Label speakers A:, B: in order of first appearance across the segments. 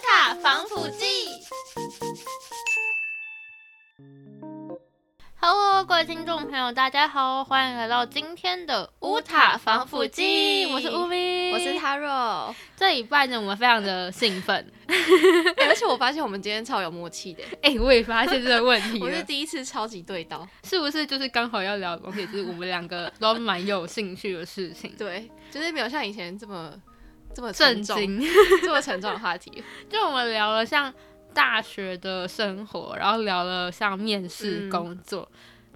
A: 法防腐剂。Hello，各位听众朋友，大家好，欢迎来到今天的乌塔防腐剂。我是乌 V，
B: 我是。Taro，、
A: 这一拜呢，我们非常的兴奋。
B: 欸而且我发现我们今天超有默契的，
A: 哎、我也发现这个问题
B: 我是
A: 了，
B: 第一次超级对到，
A: 是不是就是刚好要聊的东西，就是我们两个都蛮有兴趣的事 情，
B: 对，就是没有像以前这么这么
A: 震
B: 沉重、
A: 惊。
B: 这么沉重的话题，
A: 就我们聊了像大学的生活，然后聊了像面试
B: 嗯
A: 工作，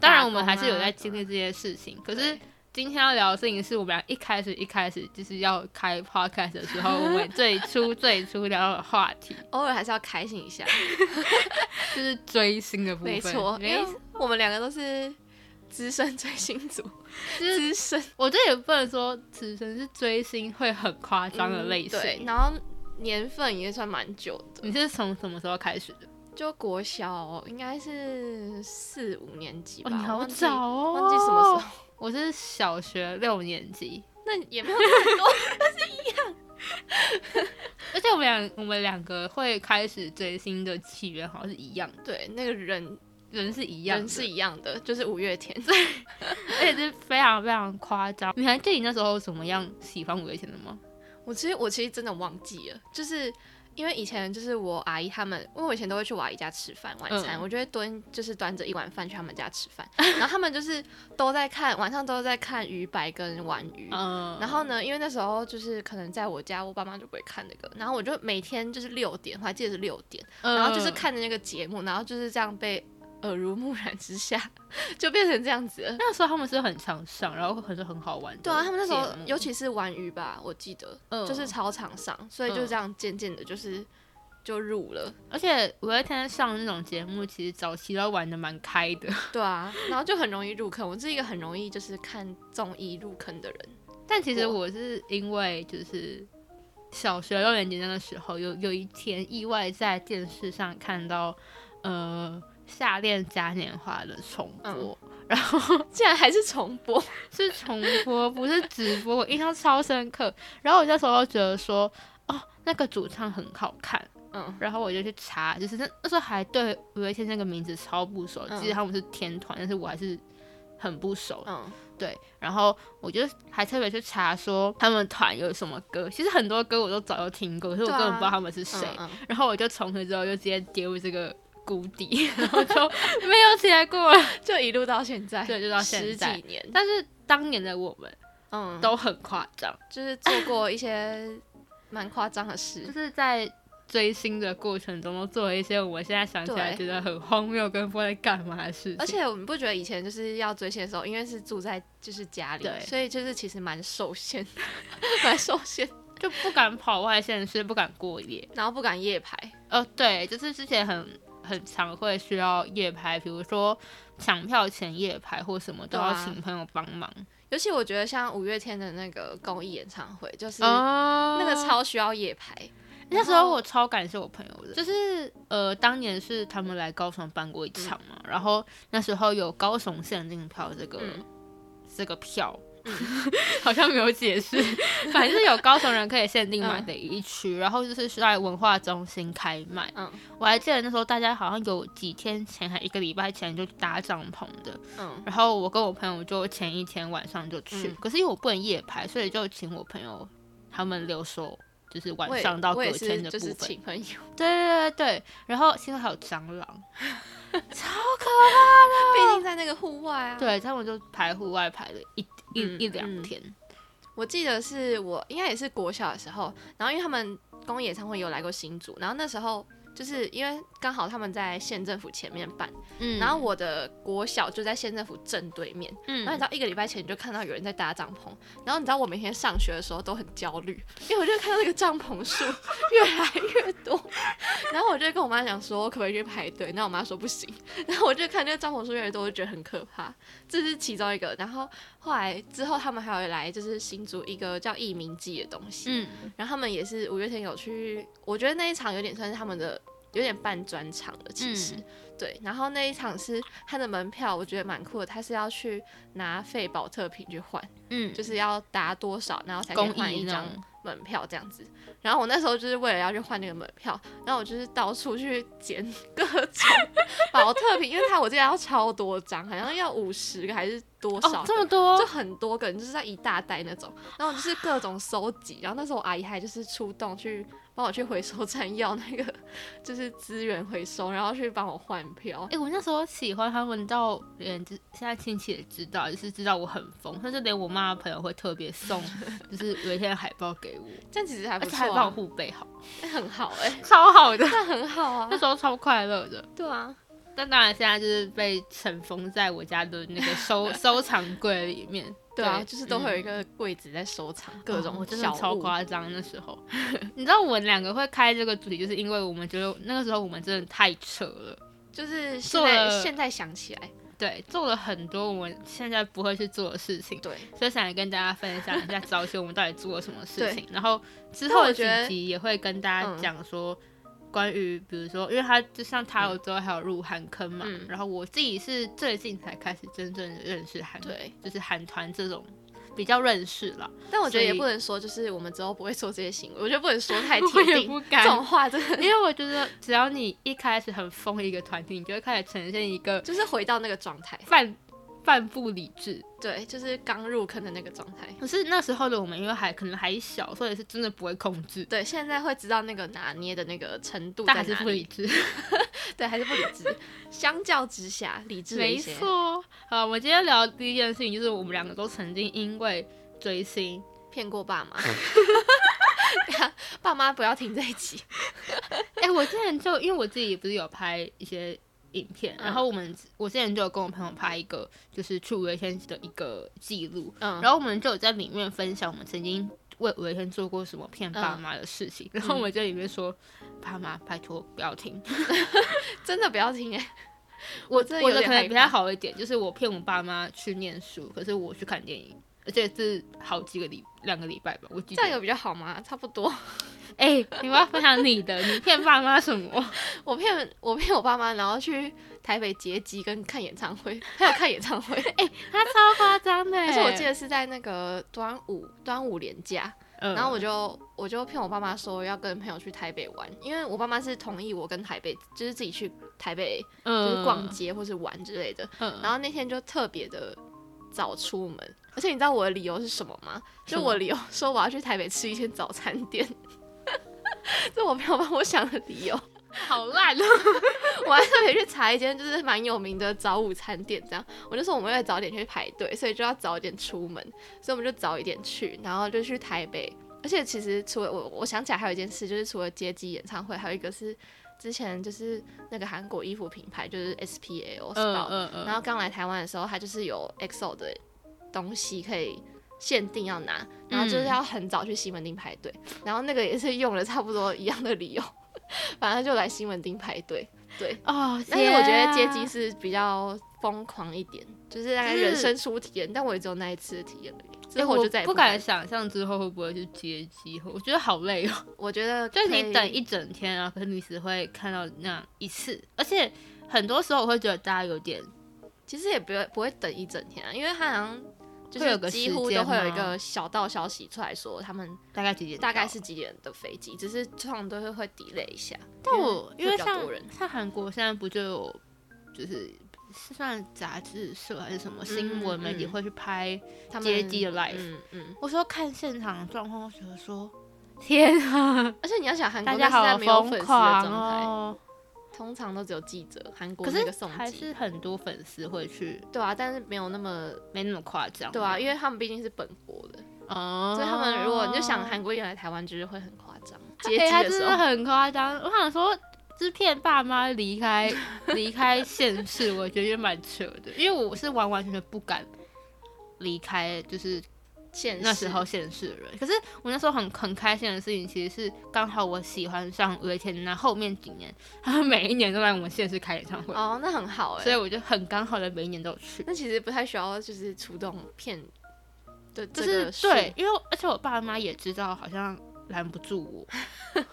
A: 当然我们
B: 打工啊
A: 还是有在经历这些事情。可是
B: 对
A: 今天要聊的事情是我们俩一开始一开始就是要开 podcast 的时候，我们最初最初聊的话题
B: 偶尔还是要开心一下，
A: 就是追星的部分，
B: 没错，因
A: 没
B: 为我们两个都是资深追星 族，
A: 就是
B: 资深
A: 我觉得也不能说此生是追星会很夸张的类型。
B: 嗯对，然后年份也算蛮久的，
A: 你是从什么时候开始的？
B: 就国小应该是四五年级吧，
A: 哦，你好
B: 忘记
A: 早哦，
B: 忘记什么时候。
A: 我是小学六年级，
B: 那也没有那么多，
A: 而且我们两我们两个会开始追星的起源好像是一样的，
B: 对，那个人
A: 人是一样的，
B: 人是一样的，就是五月天。
A: 而且是非常非常夸张。你还记得你那时候怎么样喜欢五月天的吗？
B: 我其实我其实真的忘记了，就是因为以前就是我阿姨他们，因为我以前都会去我阿姨家吃饭晚餐，
A: 嗯
B: 我就会蹲就是端着一碗饭去他们家吃饭，然后他们就是都在看晚上都在看鱼白跟玩鱼。
A: 嗯，
B: 然后呢，因为那时候就是可能在我家，我爸妈就不会看那个，然后我就每天就是六点，我还记得是六点，
A: 嗯
B: 然后就是，看着那个节目，然后就是这样被耳濡目染之下， 就变成这样子了。
A: 那时候他们是很常上，然后很多很好玩的节
B: 对
A: 目。
B: 啊，他们那时候尤其是玩鱼吧，我记得，
A: 嗯
B: 就是操场上，所以就这样渐渐的，就是就入了，
A: 而且五月天上那种节目，其实早期都玩的蛮开的，
B: 对啊，然后就很容易入坑。我是一个很容易就是看综艺入坑的人，
A: 但其实
B: 我
A: 我是因为就是小学六年级那个时候，有有一天意外在电视上看到，呃，《夏恋嘉年华》的重播，
B: 嗯
A: 然后
B: 竟然还是重播，
A: 是重播，不是直播，我印象超深刻。然后我那时候觉得说，哦，那个主唱很好看，
B: 嗯，
A: 然后我就去查，就是那那时候还对五月天那个名字超不熟，
B: 嗯
A: 其实他们是天团，但是我还是很不熟。
B: 嗯，
A: 对，然后我就还特别去查说他们团有什么歌，其实很多歌我都早就听过，可是我
B: 对
A: 根
B: 啊
A: 本不知道他们是谁。
B: 嗯嗯
A: 然后我就从此之后就直接跌入这个谷底，然后就没有起来过了。
B: 就一路到现在，
A: 对就到现在
B: 十几年，
A: 但是当年的我们
B: 嗯，
A: 都很夸张，
B: 就是做过一些蛮夸张的
A: 就
B: 事，
A: 是在追星的过程中都做了一些我们现在想起来
B: 对
A: 觉得很荒谬跟不知道在干嘛的事情。
B: 而且我们不觉得以前就是要追星的时候，因为是住在就是家里
A: 对，
B: 所以就是其实蛮受限，蛮受限，
A: 就不敢跑外县市，不敢过夜。
B: 然后不敢夜排，
A: 哦，对，就是之前很很常会需要夜排，比如说抢票前夜排或什么，都
B: 对
A: 要
B: 啊
A: 请朋友帮忙。
B: 尤其我觉得像五月天的那个公益演唱会，就是
A: 哦
B: 那个超需要夜排，
A: 那时候我超感谢我朋友的，就是呃，当年是他们来高雄办过一场嘛，然后那时候有高雄限定票这个、
B: 嗯
A: 这个票。好像没有解释，反正就是有高雄人可以限定买
B: 嗯
A: 的一区，然后就是是在文化中心开卖。
B: 嗯
A: 我还记得那时候大家好像有几天前还一个礼拜前就搭帐篷的，
B: 嗯，
A: 然后我跟我朋友就前一天晚上就去，
B: 嗯
A: 可是因为我不能夜排，所以就请我朋友他们留守，就是
B: 我
A: 晚
B: 也
A: 上到
B: 我
A: 隔
B: 也
A: 天
B: 是
A: 的部
B: 就
A: 分。
B: 是请朋友，
A: 对对对对，然后幸好还有蟑螂，
B: 毕竟在那个户外啊。，
A: 对他们就排户外排了一一、
B: 嗯
A: 一两
B: 嗯
A: 天，
B: 我记得是我应该也是国小的时候，然后因为他们公益演唱会有来过新竹，然后那时候就是因为刚好他们在县政府前面办，
A: 嗯，
B: 然后我的国小就在县政府正对面，
A: 嗯
B: 然后你知道一个礼拜前你就看到有人在搭帐篷，然后你知道我每天上学的时候都很焦虑，因为我就看到那个帐篷数越来越多，然后我就跟我妈讲说，我可不可以去排队？那我妈说不行，然后我就看那个帐篷数越来越多，我就觉得很可怕，这是其中一个。然后后来之后他们还有来就是新竹一个叫艺名季的东西，
A: 嗯
B: 然后他们也是五月天有去，我觉得那一场有点算是他们的有点半专场的，其实、
A: 嗯
B: 对。然后那一场是他的门票，我觉得蛮酷的，他是要去拿费宝特瓶去换，
A: 嗯，
B: 就是要达多少，然后才可以
A: 公
B: 换
A: 益
B: 一
A: 那
B: 张
A: 种，
B: 门票这样子。然后我那时候就是为了要去换那个门票，然后我就是到处去捡各种 保特瓶，因为它我记得要超多张，好像要五十个还是多
A: 哦，
B: 少个
A: 这么多
B: 就很多个人，就是在一大袋那种。然后我就是各种收集，然后那时候我阿姨还就是出动去帮我去回收站要那个 就是资源回收，然后去帮我换票
A: 哎、。我那时候喜欢他们到连就现在亲戚也知道，就是知道我很疯，甚至连我妈的朋友会特别 送，就是有一天的海报给我，
B: 这样其实还
A: 而
B: 不
A: 且
B: 错、
A: 还帮我
B: 啊，
A: 互背好，
B: 很好哎、
A: 超好 的，
B: 那很好啊
A: 那。时候超快乐的。
B: 对啊，
A: 但当然现在就是被尘封在我家的那个 收收藏柜里面。
B: 对啊，就是都会有一
A: 嗯
B: 个柜子在收藏各
A: 哦
B: 种
A: 我真的
B: 小
A: 超
B: 物。
A: 夸张那时候。 你知道我们两个会开这个主题，就是因为我们觉得那个时候我们真的太扯了。
B: 就是现
A: 做
B: 在
A: 了
B: 现在想起来，
A: 对，做了很多我们现在不会去做的事情，
B: 对，
A: 所以想来跟大家分享一下 早期我们到底做了什么事
B: 对
A: 情，然后之
B: 但
A: 后
B: 我
A: 的
B: 觉得
A: 几集也会跟大家
B: 嗯
A: 讲说关于，比如说，因为他就像他有之后还有入韩坑嘛，
B: 嗯
A: 然后我自己是最近才开始真正的认识韩，
B: 对，
A: 就是韩团这种比较认识了，
B: 但我觉得也
A: 所以
B: 不能说，就是我们之后不会做这些行 为，我觉得不能说 太
A: 我
B: 铁
A: 也
B: 定，
A: 不敢
B: 这种话真的
A: 因为我觉得只要你一开始很疯一个团体，你就会开始呈现一个
B: 就是回到那个状态，
A: 半半不理智，
B: 对，就是刚入坑的那个状态。
A: 可是那时候的我们，因为还可能还小，所以是真的不会控制，
B: 对，现在会知道那个拿捏的那个程度在
A: 但还是
B: 哪
A: 不理
B: 里，
A: 智。
B: 对，还是不理智。相较之下，理智了
A: 没
B: 一些。
A: 错。好，我们今天聊的第一件事情就是我们两个都曾经因为追星，
B: 骗过爸妈。 爸妈不要听这一集，
A: 哎、我之前就因为我自己不是有拍一些影片，
B: 嗯
A: 然后我们我之前就有跟我朋友拍一个就是去五月天的一个记录，
B: 嗯，
A: 然后我们就有在里面分享我们曾经为五月天做过什么骗爸
B: 嗯
A: 妈的事情，然后我们就在里面说，爸妈拜托不要听。
B: 真的不要听哎，
A: 我
B: 真的
A: 我
B: 有
A: 的
B: 点
A: 可
B: 害
A: 能比他
B: 怕
A: 好一点，就是我骗我爸妈去念书，可是我去看电影，而且是好几个礼两个礼拜吧，我记
B: 这
A: 得。
B: 样有比较好吗？差不多。
A: 哎、你们要分享你的，你骗爸妈什么？
B: 我骗我骗我爸妈，然后去台北结集跟看演唱会，还有看演 唱会。
A: 他超夸张的、哎
B: 但是我记，得是在那个端午端午连假，
A: 嗯
B: 然后我就我就骗我爸妈说要跟朋友去台北玩，因为我爸妈是同意我跟台北，就是自己去台北就是逛，街或是玩之类的。
A: 嗯
B: 然后那天就特别的早出门，而且你知道我的理由是什么吗？
A: 什
B: 就
A: 么
B: 我理由说我要去台北吃一间早餐店， 这我朋友帮我想的理由。
A: 好烂哦、
B: 我还特别去查一间就是蛮有名的早午餐店，这样我就说我们为了早点去排队，所以就要早一点出门，所以我们就早一点去，然后就去台北。而且其实除了我，我想起来还有一件事，就是除了街机演唱会，还有一个是之前就是那个韩国衣服品牌就是 S P A O
A: 嗯
B: SPA，、
A: 嗯嗯，
B: 然后刚来台湾的时候，它就是有 EXO 的东西可以限定要拿，然后
A: 嗯
B: 就是要很早去西门町排队，然后那个也是用了差不多一样的理由， 反正就来西门町排队。对，
A: 哦，
B: 但是我觉得街
A: 天啊
B: 机是比较疯狂一点，就是大概
A: 就是
B: 人生初体验，但我也只有那一次的体验而已。
A: 哎、
B: 之后
A: 我
B: 我就再也
A: 不
B: 敢
A: 敢。想象之后会不会去接机，我觉得好累哦、
B: 我觉得
A: 就是
B: 可
A: 你
B: 以
A: 等一整天啊，可是你只会看到那样一次，而且很多时候我会觉得大家有点
B: 其实也不会不会等一整天啊，因为他好像就
A: 会有
B: 是
A: 个
B: 几
A: 时
B: 乎都
A: 间
B: 会有一
A: 吗
B: 个小道消息出来说他们
A: 大概几点，
B: 大概。是几点的飞机，只是通常都会会 delay 一下。
A: 但我因
B: 会
A: 为
B: 比较
A: 像
B: 多人，
A: 像韩国现在不就有就是是算杂志社还是什么新闻媒体
B: 嗯
A: 会去拍
B: 他们
A: 接机的 live，、
B: 嗯嗯，
A: 我说看现场的状况，我觉得 说天啊，
B: 而且你要想韩
A: 大
B: 国那
A: 家
B: 是在
A: 好
B: 没有粉
A: 疯
B: 丝的状
A: 狂
B: 态，
A: 哦！
B: 通常都只有记者，韩国
A: 可
B: 那
A: 是
B: 个送
A: 还
B: 机，
A: 是很多粉丝会去，
B: 对啊，但是没有那么
A: 没那么夸张。
B: 对啊，因为他们毕竟是本国的，
A: 哦，
B: 所以他们如果你就想韩国艺人来台湾，就是会很夸张，接
A: 哎、
B: 机
A: 他
B: 的
A: 真
B: 时
A: 的
B: 候。
A: 很夸张。我想说，就是骗爸妈离 开离开现世，我觉得也蛮扯的，因为我是完完全全不敢离开，就是
B: 现
A: 那时
B: 实
A: 候现世的人。可是我那时候很很开心的事情，其实是刚好我喜欢上五月天，那后面几年，他们每一年都来我们现世开演唱会，
B: 哦，那很好哎、
A: 所以我就很刚好的每一年都有去。
B: 那其实不太需要就是出动骗的
A: 就
B: 这
A: 是
B: 个数，
A: 对，因为而且我爸妈也知道，好像拦不住我，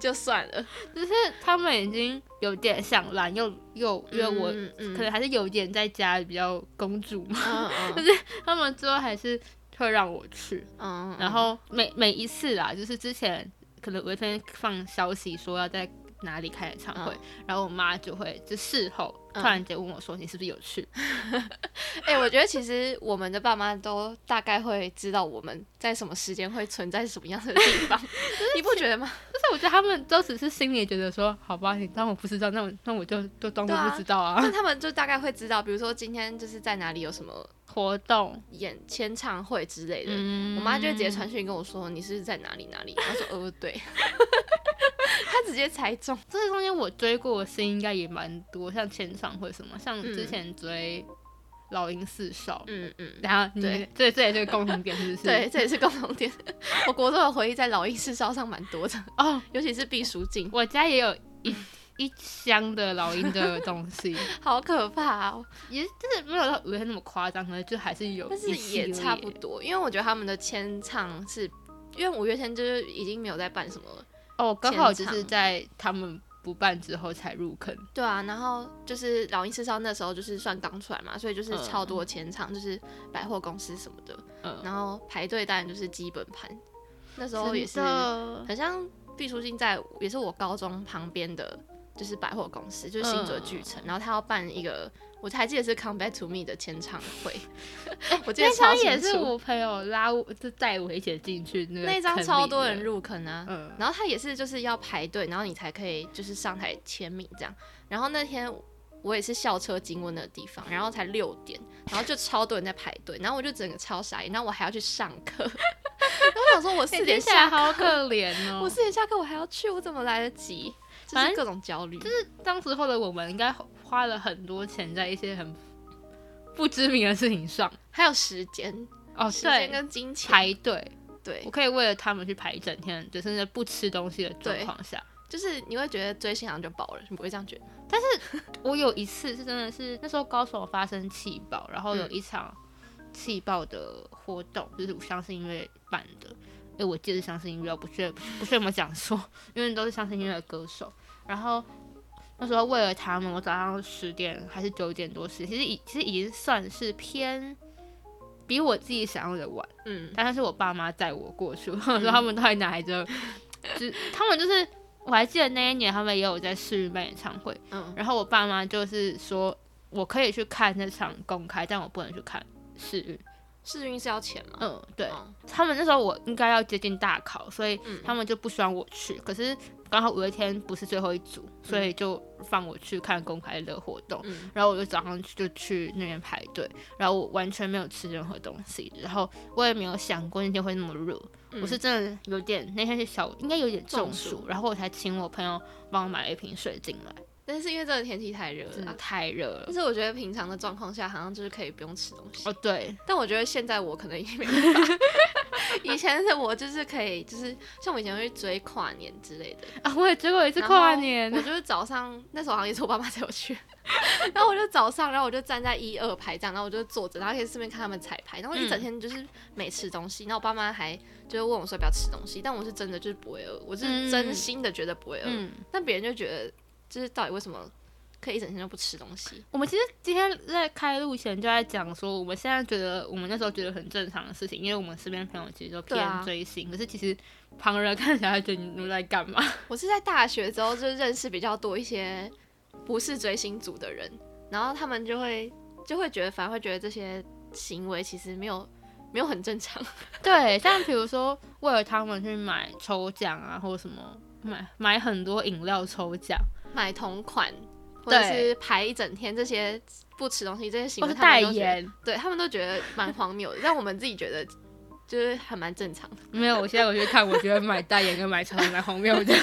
B: 就算了，
A: 就是他们已经有点想拦，又又因为我
B: 嗯嗯
A: 可能还是有点在家里比较公主嘛，
B: 嗯嗯
A: 他们最后还是会让我去，
B: 嗯，
A: 然后每每一次啊，就是之前可能我一天放消息说要在哪里开演唱会，然后我妈就会就事后突
B: 嗯
A: 然间问我说你是不是有去？
B: 哎、我觉得其实我们的爸妈都大概会知道我们在什么时间会存在什么样的地 方，你不觉得吗？
A: 就是我觉得他们都只是心里觉得说，好吧，你当我不知道，那我那我就就当做
B: 对啊
A: 不知道啊。
B: 但他们就大概会知道，比如说今天就是在哪里有什么
A: 活动，
B: 演签唱会之类的，
A: 嗯
B: 我妈就会直接传讯跟我说你是在哪里哪里，我说呃对， 她直接猜中，
A: 这中间我追过的星应该也蛮多，像前场会什么，像之前追老鹰四少，
B: 嗯嗯。
A: 然后你
B: 对
A: 对这也是个共同点，是不是？
B: 对，这也是共同点。 我国中的回忆在老鹰市烧上蛮多的，
A: 哦，
B: 尤其是避暑镜，
A: 我家也有一一箱的老鹰的东 西，
B: 好可怕哦。
A: 也就是没有到五天那么夸张，可能就还是有，
B: 但是也差不。多，因为我觉得他们的签唱是，因为五月天就是已经没有在办什么了，
A: 哦，刚好就
B: 前场
A: 是在他们不办之后才入坑，
B: 对啊，然后就是老鹰市烧那时候就是算刚出来嘛，所以就是
A: 嗯
B: 超多签唱，就是百货公司什么的，
A: 嗯
B: 然后排队当然就是基本盘，那时
A: 真
B: 候
A: 的
B: 也是很像毕书尽在也是我高中旁边的，就是百货公司，就是新竹的巨城，然后他要办一个，我还记得是《Come Back to Me》的签唱 会，我记得
A: 那
B: 超
A: 张
B: 清楚，
A: 也是我朋友拉我，就带我一起进去那个
B: 那张
A: 坑
B: 超
A: 里
B: 多
A: 的
B: 人，入坑啊，
A: 嗯，
B: 然后他也是就是要排队，然后你才可以就是上台签名这样。然后那天我也是校车经过那个地方，然后才六点，然后就超多人在排队，然后我就整个超傻眼，然后我还要去上课， 然后我想说我四
A: 点
B: 点
A: 起来
B: 下课，
A: 好可怜哦。
B: 我四点下课我还要去，我怎么来得及？就
A: 反
B: 是
A: 正
B: 各种焦虑，就是
A: 当时候的我们应该花了很多钱在一些很不知名的事情上。
B: 还有时间、
A: 哦，
B: 时间
A: 对，
B: 跟金钱，
A: 排队，
B: 对
A: 我，可以为了他们去排一整天，只是在不吃东西的状
B: 对
A: 况下。
B: 就是你会觉得追星好像就饱了，你不会这样觉得吗？
A: 我有一次是真的是那时候高手发生气爆，然后有一场气爆的活动，就是相信音乐办的。哎、我记得是相信音乐，不确不确有没有讲错，因为都是相信音乐的歌手。然后那时候为了他们，我早上十点还是九点多时，其实已其实已经算是偏比我自己想要的晚。
B: 嗯，
A: 但是我爸妈载我过去，我想说他们都还拿着，就他们就是我还记得那一年他们也有在试运办演唱会，
B: 嗯
A: 然后我爸妈就是说我可以去看那场公开，但我不能去看试运，
B: 试运是要钱吗？
A: 嗯，对，
B: 嗯
A: 他们那时候我应该要接近大考，所以
B: 嗯
A: 他们就不希望我去。可是刚好五月天不是最后一组，所以就放我去看公开的活动。
B: 嗯
A: 然后我就早上去就去那边排队，然后我完全没有吃任何东西，然后我也没有想过那天会那么热。
B: 嗯
A: 我是真的有点那天是小，应该有点嗯中
B: 中
A: 暑，
B: 暑
A: 然后我才请我朋友帮我买了一瓶水进来，
B: 但是因为这个天气太热
A: 真
B: 了
A: 的
B: 啊，
A: 太热了
B: 但。是我觉得平常的状况下，好像就是可以不用吃东西。
A: 哦，对，
B: 但我觉得现在我可能已经没办 法。以前的我就是可以，就是像我以前会追跨年之类的，
A: 啊，我也追过一次
B: 然后
A: 跨年
B: 我，就是早上那时候好像也是我爸妈带我去，然后我就早上，然后我就站在一二排这样，然后我就坐着，然后可以顺便看他们彩排，然后一
A: 嗯
B: 整天就是没吃东西，然后我爸妈还就是问我说要不要吃东西，但我是真的就是不会饿，我
A: 嗯
B: 是真心的觉得不会饿，
A: 嗯。
B: 但别人就觉得就是到底为什么可以一整天都不吃东西？
A: 我们其实今天在开录前就在讲说，我们现在觉得我们那时候觉得很正常的事情，因为我们身边朋友其实都
B: 对啊
A: 偏追星，可是其实旁人看起来觉得你们在干嘛？
B: 我是在大学之后就认识比较多一些不是追星族的人，然后他们就会就会觉得，反而会觉得这些行为其实没有没有很正常。
A: 对，但比如说为了他们去买抽奖啊，或者什么买买很多饮料抽奖，
B: 买同款或者
A: 对
B: 是排一整天这些不吃东西这些行
A: 或
B: 为，
A: 是
B: 他
A: 代
B: 们都觉得，
A: 言，
B: 对他们都觉得蛮荒谬的， 但我们自己觉得就是还蛮正常的。
A: 没有，我现在我去看，我觉得买代言跟买抽奖蛮荒谬 的，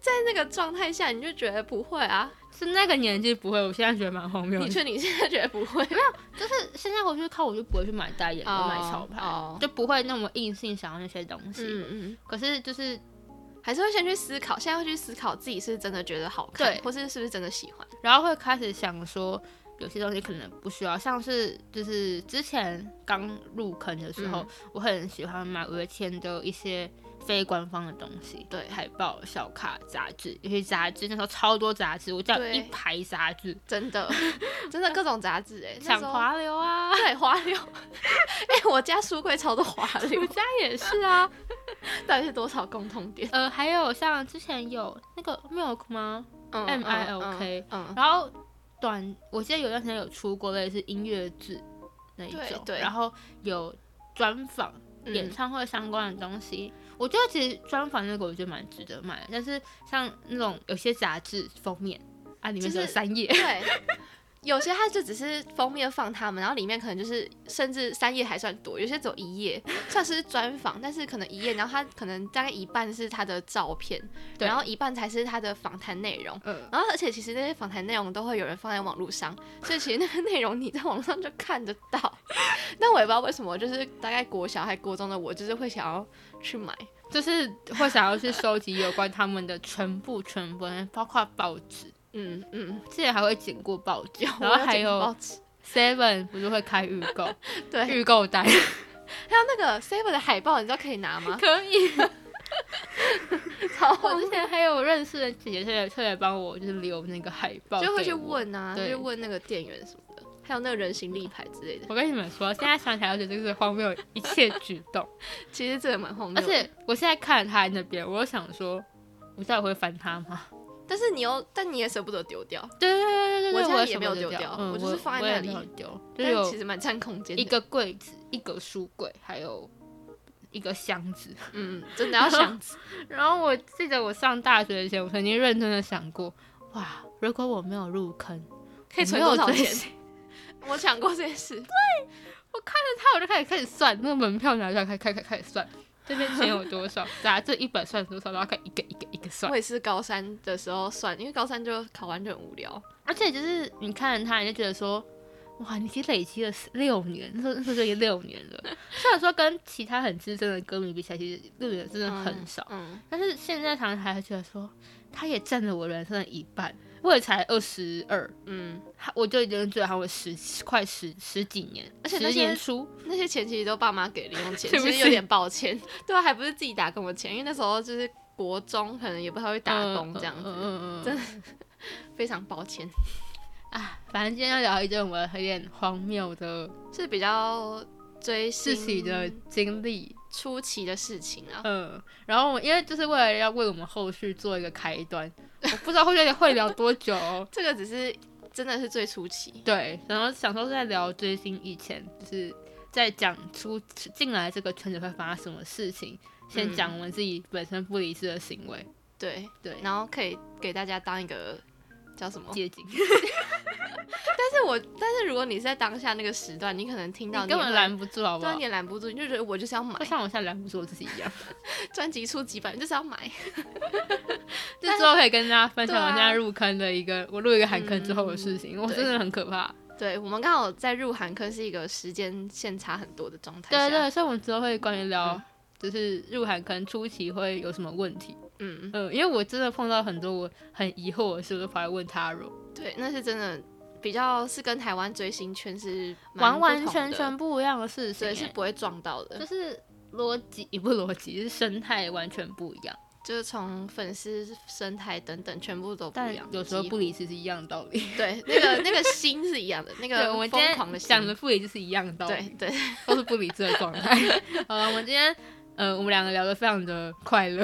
B: 在那个状态下，你就觉得不会啊？
A: 是那个年纪不会，我现在觉得蛮荒谬
B: 你
A: 的。
B: 确定你现在觉得不会？
A: 就是现在回去看，我就不会去买代言跟买
B: 哦
A: 潮牌
B: 哦
A: 就不会那么硬性想要那些东西。
B: 嗯嗯。
A: 可是就是
B: 还是会先去思考，现在会去思考自己是真的觉得好看，
A: 对
B: 或是是不是真的喜欢。
A: 然后会开始想说，有些东西可能不需要，像是嗯就是之前刚入坑的时候，我很喜欢买五月天的一些非官方的东西，
B: 对
A: 海报、小卡、杂志，尤其杂志那时候超多杂志，我家有
B: 对
A: 一排杂志，
B: 真的 真的各种杂志哎、那
A: 抢
B: 时候
A: 滑流 啊，
B: 对花柳， 哎、我家书柜超多花 柳
A: 我，家也是啊，
B: 到底是多少共同点？
A: 呃，还有像之前有那个 Milk 吗？
B: 嗯
A: MILK
B: 嗯，嗯
A: 然后短，我记得有段时间有出过类似音乐剧那一
B: 对
A: 种，
B: 对
A: 然后有专访
B: 嗯
A: 演唱会相关的东西。我觉得其实专访那个我觉得蛮值得买的，但是像那种有些杂志封面啊，里面只有
B: 就是
A: 三页，
B: 对。 有些它就只是封面放他们，然后里面可能就是甚至三页还算多，有些只有一页，算是专访，但是可能一页，然后它可能大概一半是他的照片，
A: 对
B: 然后一半才是他的访谈内容。
A: 嗯，
B: 然后，而且其实那些访谈内容都会有人放在网络上，所以其实那个内容你在网上就看得到。 但我也不知道为什么，就是大概国小还国中的我，就是会想要去买。
A: 就是会想要去收集有关他们的全部全文，包括报纸，
B: 嗯嗯，
A: 之前还会剪过报纸，然
B: 我
A: 后还
B: 剪过报
A: 有
B: 纸，
A: Seven 不是会开预购
B: 对，还有
A: 预购单，？
B: 那个 Save 的海报，你知道可以拿 吗
A: 可以。
B: 超
A: 我之前还有认识的姐姐，特别特别帮我就是留那个海报，
B: 就会去。问啊，就
A: 哦对
B: 去问那个店员什么的，还有那个人形立牌之类的。
A: 我跟你们说，现在想起来，我觉得这是荒谬的一切举 动。
B: 其实这个蛮荒
A: 而
B: 谬的，
A: 且我现在看着他在那边，我就想说，我到底会翻他吗？
B: 但是你又，但你也舍不得丢掉，
A: 对对对对对，
B: 我家
A: 我
B: 也
A: 什么
B: 没有
A: 都
B: 丢
A: 掉，
B: 掉
A: 嗯、
B: 我就是放在
A: 我也
B: 那里
A: 没有丢，就
B: 但其
A: 有
B: 实蛮占空间的。
A: 一个柜子、一个书柜，还有一个箱子。
B: 嗯，真的要想，
A: 然后我记得我上大学前，我曾经认真的想过，哇，如果我没有入坑，
B: 可以存
A: 我没
B: 多
A: 有
B: 少
A: 这
B: 钱
A: 些？
B: 我想过这件事，
A: 他我就开始开始算那个门票拿出来，开开开开始算这边钱有多少，杂志一本算多少，然后开始一个一个一个算
B: 我。也是高三的时候算，因为高三就考完就很无聊。
A: 而且就是你看着他，你就觉得说，哇，你已经累积了六年，那时候那时候已经六年 了。虽然说跟其他很资深的歌迷比起来，其实六年真的很少，
B: 嗯，
A: 但是现在常常还会觉得说，他也占了我人生的一半。我也才二十二，
B: 嗯
A: 他我就已经追了他我十快十十几年，
B: 而且那
A: 十
B: 些
A: 年出，
B: 嗯，那些钱其实都爸妈给零用钱，
A: 对不
B: 其
A: 起
B: 实有点抱歉。 对啊，还不是自己打工的钱，因为那时候就是国中，可能也不太会打工这样子，
A: 嗯嗯嗯
B: 真非常抱歉。
A: 啊，反正今天要聊一件我们有点荒谬的
B: 是比较追
A: 自己
B: 星
A: 的经历，
B: 出奇的事情啊。
A: 嗯，然后我因为就是为了要为我们后续做一个开端，我不知道后续会聊多久哦、
B: 这个只是真的是最出奇，
A: 对，然后想说在聊追星以前，就是在讲出进来这个圈子会发生什么事情，先
B: 嗯
A: 讲我们自己本身不理智的行为，
B: 对，
A: 对，
B: 然后可以给大家当一个叫什么？
A: 接近，
B: 但是我但是如果你是在当下那个时段，你可能听到
A: 你根
B: 也
A: 本
B: 会
A: 拦不住，好不
B: 对啊，
A: 好
B: 你？也拦不住，你就觉得我就是要买
A: 就 像我现在拦不住我自己一样，
B: 专辑出几版，就是要买。
A: 就之后可以跟大家分享
B: 对
A: 我
B: 啊
A: 现在入坑的一个，我入一个韩坑之后的事情，我
B: 对
A: 真的很可怕。
B: 对我们刚好在入韩科是一个时间线差很多的状态
A: 对
B: 下，
A: 对，所以我们之后会关于聊
B: 嗯，
A: 就是入韩可能初期会有什么问题。
B: 嗯，
A: 嗯，因为我真的碰到很多我很疑惑的事，我就跑来问他若
B: 对，那是真的比较是跟台湾追星圈是蛮
A: 完完
B: 不同
A: 全
B: 的
A: 全，不一样的事情
B: 所
A: 欸，
B: 以是不会撞到的
A: 就。是逻辑也不是逻辑，是生态完全不一样，
B: 就是从粉丝生态等等，全部都不
A: 但
B: 一样。
A: 有时候
B: 几
A: 不理智是一样的道理。
B: 乎对，那个那个心是一样的，
A: 对，
B: 那个
A: 我们今
B: 疯狂的
A: 天
B: 心
A: 讲的不理智是一样的道
B: 对
A: 理，
B: 对，
A: 都是不理智的状 态。好了，我们今天。呃，我们两个聊得非常的快乐，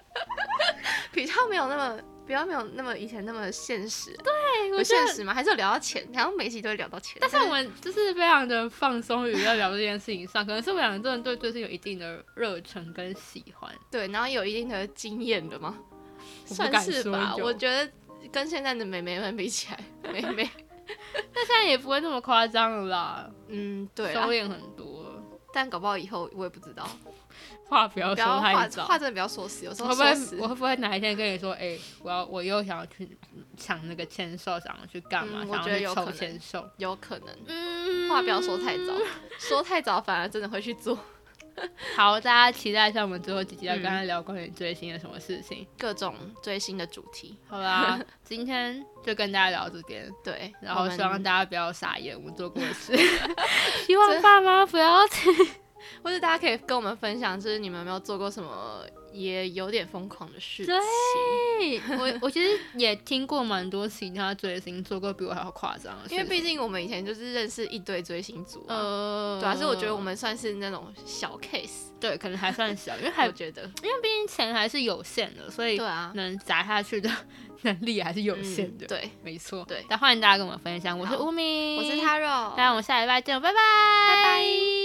B: 比较没有那么比较没有那么以前那么现实，对，有
A: 我觉
B: 现
A: 得，
B: 实吗？还是有聊到钱，好像每集都会聊到钱，
A: 但是我们就是非常的放松于要聊这件事情上，可能是我们两个真的对追星有一定的热忱跟喜欢。
B: 对，然后有一定的经验的吗？
A: 我不
B: 算
A: 敢
B: 是
A: 说
B: 吧，
A: 有
B: 我觉得跟现在的美眉们比起来， 美眉，
A: 但现在也不会那么夸张了啦，
B: 嗯，对啊
A: 收，敛很多了。
B: 但搞不好以后我也不知道，
A: 话不要
B: 不
A: 说
B: 要话
A: 太早。
B: 话真的不要说死，有时
A: 我
B: 候
A: 会不
B: 说死
A: 会，我会不会哪一天跟你说，哎、我要我又想要去抢那个签售，想要去干嘛？
B: 嗯我
A: 想
B: 觉得
A: 要
B: 有
A: 去
B: 可
A: 抽
B: 能
A: 签售。
B: 有可能，
A: 嗯
B: 话不要说太早，说太早反而真的会去做
A: 好，大家期待一下我们最后几集要跟
B: 嗯
A: 他聊关于追星的什么事情。
B: 各种追星的主题，
A: 好 啦，今天就跟大家聊这边，
B: 对，
A: 然
B: 我
A: 后
B: 们
A: 希望大家不要傻眼，我们做过的事，希望爸妈不要听。
B: 或者大家可以跟我们分享，就是你们有没有做过什么也有点疯狂的事情
A: 对？嘿我我其实也听过蛮多其他追星做过比我还要夸张的事情，
B: 因为毕竟我们以前就是认识一堆追星族、啊，
A: 呃，
B: 主要是我觉得我们算是那种小 case，
A: 对可能还算 小，因为还
B: 我
A: 毕
B: 觉得
A: 竟钱还是有限的，所以
B: 对啊，
A: 能砸下去的 能力还是有限的。
B: 嗯，对，
A: 没错。
B: 对
A: 但欢迎大家跟我们分享。我是
B: 好
A: 乌米，
B: 我是 Taro，
A: 大家我们下礼拜见，拜拜，拜
B: 拜。